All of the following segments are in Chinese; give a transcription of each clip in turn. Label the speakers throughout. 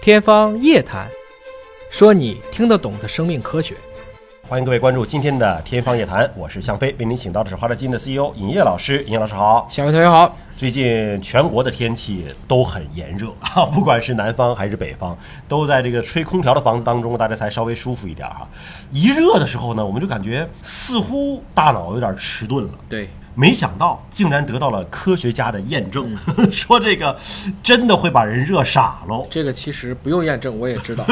Speaker 1: 天方夜谭，说你听得懂的生命科学。
Speaker 2: 欢迎各位关注今天的《天方夜谭》，我是向飞，为您请到的是华大基因的 CEO 尹烨老师。尹烨老师好，
Speaker 1: 小明同学好，
Speaker 2: 最近全国的天气都很炎热 啊，不管是南方还是北方，都在这个吹空调的房子当中，大家才稍微舒服一点哈、一热的时候呢，我们就感觉似乎大脑有点迟钝了。
Speaker 1: 对，
Speaker 2: 没想到竟然得到了科学家的验证， 说这个真的会把人热傻喽。
Speaker 1: 这个其实不用验证，我也 知道，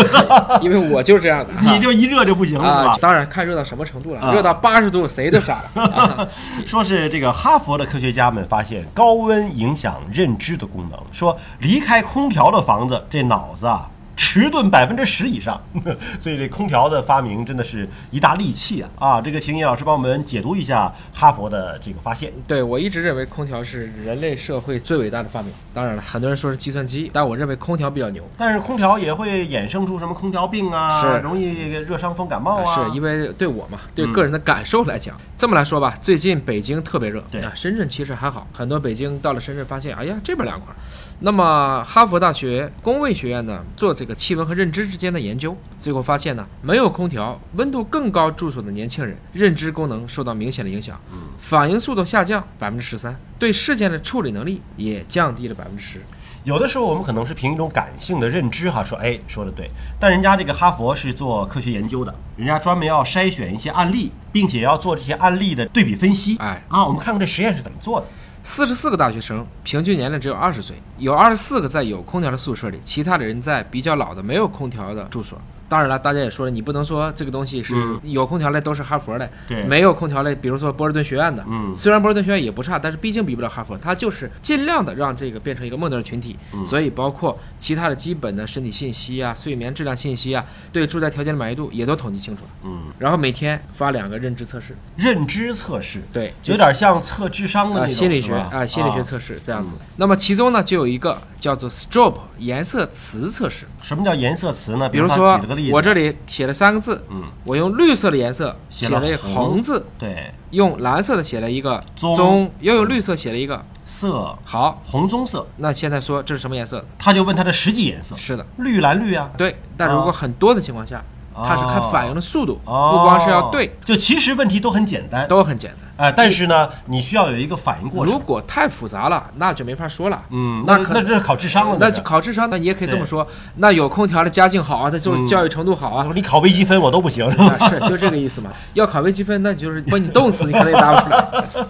Speaker 1: 因为我就是这样的哈。
Speaker 2: 你就一热就不行了，是吧
Speaker 1: 啊，？当然看热到什么程度了，
Speaker 2: 啊
Speaker 1: 热到八十度谁都傻 了。啊
Speaker 2: 说是这个哈佛的科学家们发现高温影响认知的功能，说离开空调的房子，这脑子啊迟钝百分之十以上， 所以这空调的发明真的是一大利器啊！啊，这个请尹老师帮我们解读一下哈佛的这个发现。
Speaker 1: 对我一直认为空调是人类社会最伟大的发明，当然了，很多人说是计算机，但我认为空调比较牛。
Speaker 2: 但是空调也会衍生出什么空调病啊，
Speaker 1: 是
Speaker 2: 容易热伤风感冒啊，嗯
Speaker 1: 是因为对我嘛，对个人的感受来讲，这么来说吧，最近北京特别热，
Speaker 2: 对
Speaker 1: 啊，深圳其实还好，很多北京到了深圳发现，哎呀，这边凉快儿。那么哈佛大学工卫学院呢，做这个气温和认知之间的研究，最后发现呢，没有空调、温度更高住所的年轻人，认知功能受到明显的影响，
Speaker 2: 嗯
Speaker 1: 反应速度下降百分之十三，对事件的处理能力也降低了百分之十。
Speaker 2: 有的时候我们可能是凭一种感性的认知哈，说哎说的对，但人家这个哈佛是做科学研究的，人家专门要筛选一些案例，并且要做这些案例的对比分析。
Speaker 1: 哎
Speaker 2: 啊，我们看看这实验是怎么做的。
Speaker 1: 四十四个大学生，平均年龄只有二十岁，有二十四个在有空调的宿舍里，其他的人在比较老的没有空调的住所。当然了，大家也说了，你不能说这个东西是
Speaker 2: 嗯
Speaker 1: 有空调的都是哈佛的，
Speaker 2: 对
Speaker 1: 没有空调的，比如说波尔顿学院的，
Speaker 2: 嗯
Speaker 1: 虽然波尔顿学院也不差，但是毕竟比不了哈佛，它就是尽量的让这个变成一个莫德尔群体，
Speaker 2: 嗯
Speaker 1: 所以包括其他的基本的身体信息啊、睡眠质量信息啊、对住宅条件的满意度也都统计清楚了，
Speaker 2: 嗯，
Speaker 1: 然后每天发两个认知测试，
Speaker 2: 认知测试，
Speaker 1: 对，
Speaker 2: 有点像测智商的那
Speaker 1: 啊，
Speaker 2: 种
Speaker 1: 心理学
Speaker 2: 是吧嗯
Speaker 1: 啊，心理学测试这样子。那么其中呢，就有一个叫做 STROBE 颜色词测试，
Speaker 2: 什么叫颜色词呢？
Speaker 1: 比如
Speaker 2: 他
Speaker 1: 说
Speaker 2: 举了个例子，
Speaker 1: 我这里写了三个字，
Speaker 2: 嗯，
Speaker 1: 我用绿色的颜色
Speaker 2: 写
Speaker 1: 写
Speaker 2: 了
Speaker 1: 了一个红字，
Speaker 2: 对
Speaker 1: 用蓝色的写了一个
Speaker 2: 棕嗯
Speaker 1: 棕，又用绿色写了一个
Speaker 2: 色
Speaker 1: 好。
Speaker 2: 红棕色，
Speaker 1: 那现在说这是什么颜色？
Speaker 2: 他就问他的实际颜色，
Speaker 1: 是的，
Speaker 2: 绿蓝绿啊。
Speaker 1: 对。但如果很多的情况下，它是看反应的速度，不
Speaker 2: 哦，
Speaker 1: 光是要对，，
Speaker 2: 就其实问题都很简单，
Speaker 1: 都很简单。
Speaker 2: 哎，但是呢，你需要有一个反应过程
Speaker 1: 如。果太复杂了，那就没法说了。
Speaker 2: 嗯，
Speaker 1: 那
Speaker 2: 那
Speaker 1: 可
Speaker 2: 那这是考智商了，
Speaker 1: 那
Speaker 2: 是
Speaker 1: 就考智商，那你也可以这么
Speaker 2: 对嗯
Speaker 1: 说。那有空调的家境好啊，他就是教育程度好啊，
Speaker 2: 你考微积分我都不行，是吧？
Speaker 1: 啊，是就这个意思嘛。要考微积分，那你就是把你冻死，你可能也答不出 来。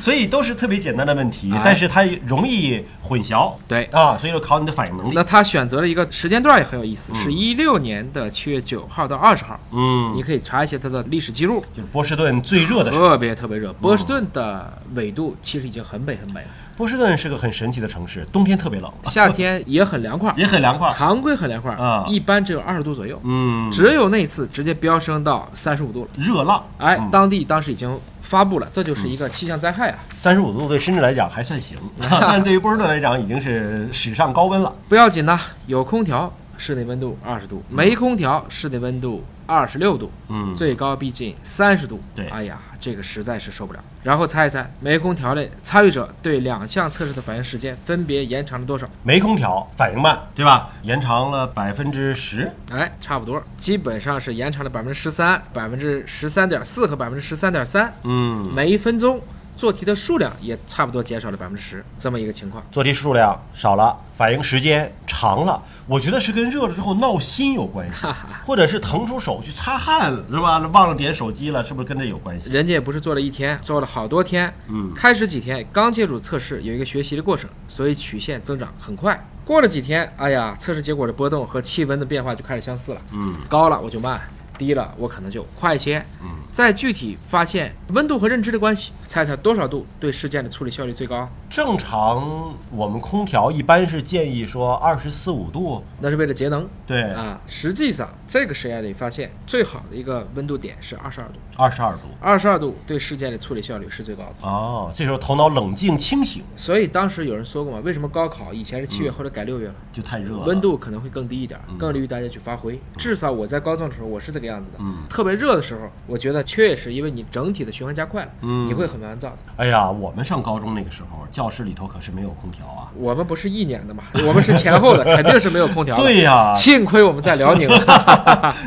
Speaker 2: 所以都是特别简单的问题
Speaker 1: 哎，
Speaker 2: 但是它容易混淆。
Speaker 1: 对
Speaker 2: 啊，所以就考你的反应能力。
Speaker 1: 那他选择了一个时间段也很有意思，是一六年的七月九号到二十号，
Speaker 2: 嗯，
Speaker 1: 你可以查一些它的历史记录，
Speaker 2: 就是哦波士顿最热的时候。
Speaker 1: 特别特别热。波士顿的纬度其实已经很北很北了，
Speaker 2: 波士顿是个很神奇的城市，冬天特别冷，
Speaker 1: 夏天也很凉快，
Speaker 2: 哦也很凉快。
Speaker 1: 常规很凉快
Speaker 2: 啊，
Speaker 1: 一般只有二十度左右，
Speaker 2: 嗯，
Speaker 1: 只有那一次直接飙升到三十五度了。
Speaker 2: 热浪，
Speaker 1: 哎，当地当时已经发布了，这就是一个气象灾害啊！
Speaker 2: 三十五度对深圳来讲还 算行，但对于波士顿来讲已经是史上高温了。
Speaker 1: 不要紧呐，有空调，室内温度二十度；没空调，室内温度二十六度，
Speaker 2: 嗯
Speaker 1: 最高逼近三十度。
Speaker 2: 对
Speaker 1: 哎呀，这个实在是受不了。然后猜一猜，没空调的参与者对两项测试的反应时间分别延长了多少？
Speaker 2: 没空调，反应慢，对吧？延长了百分之十。
Speaker 1: 哎，差不多，基本上是延长了百分之十三、百分之十三点四和百分之十三点三，
Speaker 2: 嗯，
Speaker 1: 每一分钟做题的数量也差不多减少了百分之十，这么一个情况。
Speaker 2: 做题数量少了，反应时间长了，我觉得是跟热了之后闹心有关系，或者是腾出手去擦汗了，是吧？忘了点手机了，是不是跟这有关系？
Speaker 1: 人家也不是做了一天，做了好多天。嗯，开始几天刚接触测试，有一个学习的过程，所以曲线增长很快。过了几天，哎呀，测试结果的波动和气温的变化就开始相似了。嗯，高了我就慢，低了我可能就快一些。嗯，再具体发现温度和认知的关系，猜猜多少度对事件的处理效率最高？
Speaker 2: 正常我们空调一般是建议说二十四五度，
Speaker 1: 那是为了节能。
Speaker 2: 对，
Speaker 1: 啊，实际上这个实验里发现，最好的一个温度点是二十二度，
Speaker 2: 二十二度。
Speaker 1: 二十二度对事件的处理效率是最高的。
Speaker 2: 哦，这时候头脑冷静清醒，
Speaker 1: 所以当时有人说过嘛，为什么高考以前是七月，后来改六月了？
Speaker 2: 就太热了。
Speaker 1: 温度可能会更低一点，更利于大家去发挥。至少我在高中的时候，我是这个个样子的。嗯，特别热的时候，我觉得确实因为你整体的循环加快了，嗯，你会很烦躁的。
Speaker 2: 哎呀，我们上高中那个时候，教室里头可是没有空调啊。
Speaker 1: 我们不是一年的嘛，我们是前后的，肯定是没有空调的。
Speaker 2: 对呀
Speaker 1: 幸亏我们在辽宁。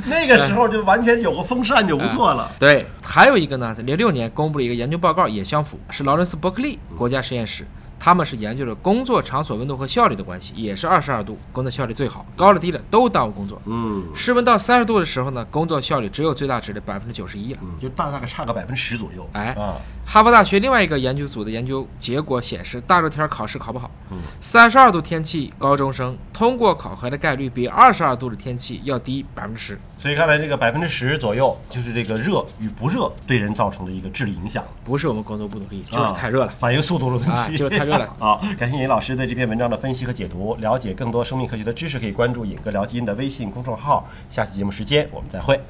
Speaker 2: 那个时候就完全有个风扇
Speaker 1: 嗯
Speaker 2: 就不错了。
Speaker 1: 对，还有一个呢，零六年公布了一个研究报告，也相符，是劳伦斯伯克利国家实验室。他们是研究了工作场所温度和效率的关系，也是二十二度，工作效率最好，高了低了都耽误工作。
Speaker 2: 嗯，
Speaker 1: 室温到三十度的时候呢，工作效率只有最大值的百分之九十一了。
Speaker 2: 嗯，就大大概差个百分之十左右。
Speaker 1: 哎
Speaker 2: 啊，
Speaker 1: 哈佛大学另外一个研究组的研究结果显示，大热天考试考不好。三十二度天气高中生通过考核的概率比二十二度的天气要低百分之十。
Speaker 2: 所以看来这个百分之十左右，就是这个热与不热对人造成的一个智力影响，
Speaker 1: 不是我们工作不努力，就是太热了
Speaker 2: 啊。反应速度的问题，
Speaker 1: 啊就是太热了。
Speaker 2: 好，感谢尹老师对这篇文章的分析和解读。了解更多生命科学的知识，可以关注“尹哥聊基因”的微信公众号。下期节目时间我们再会。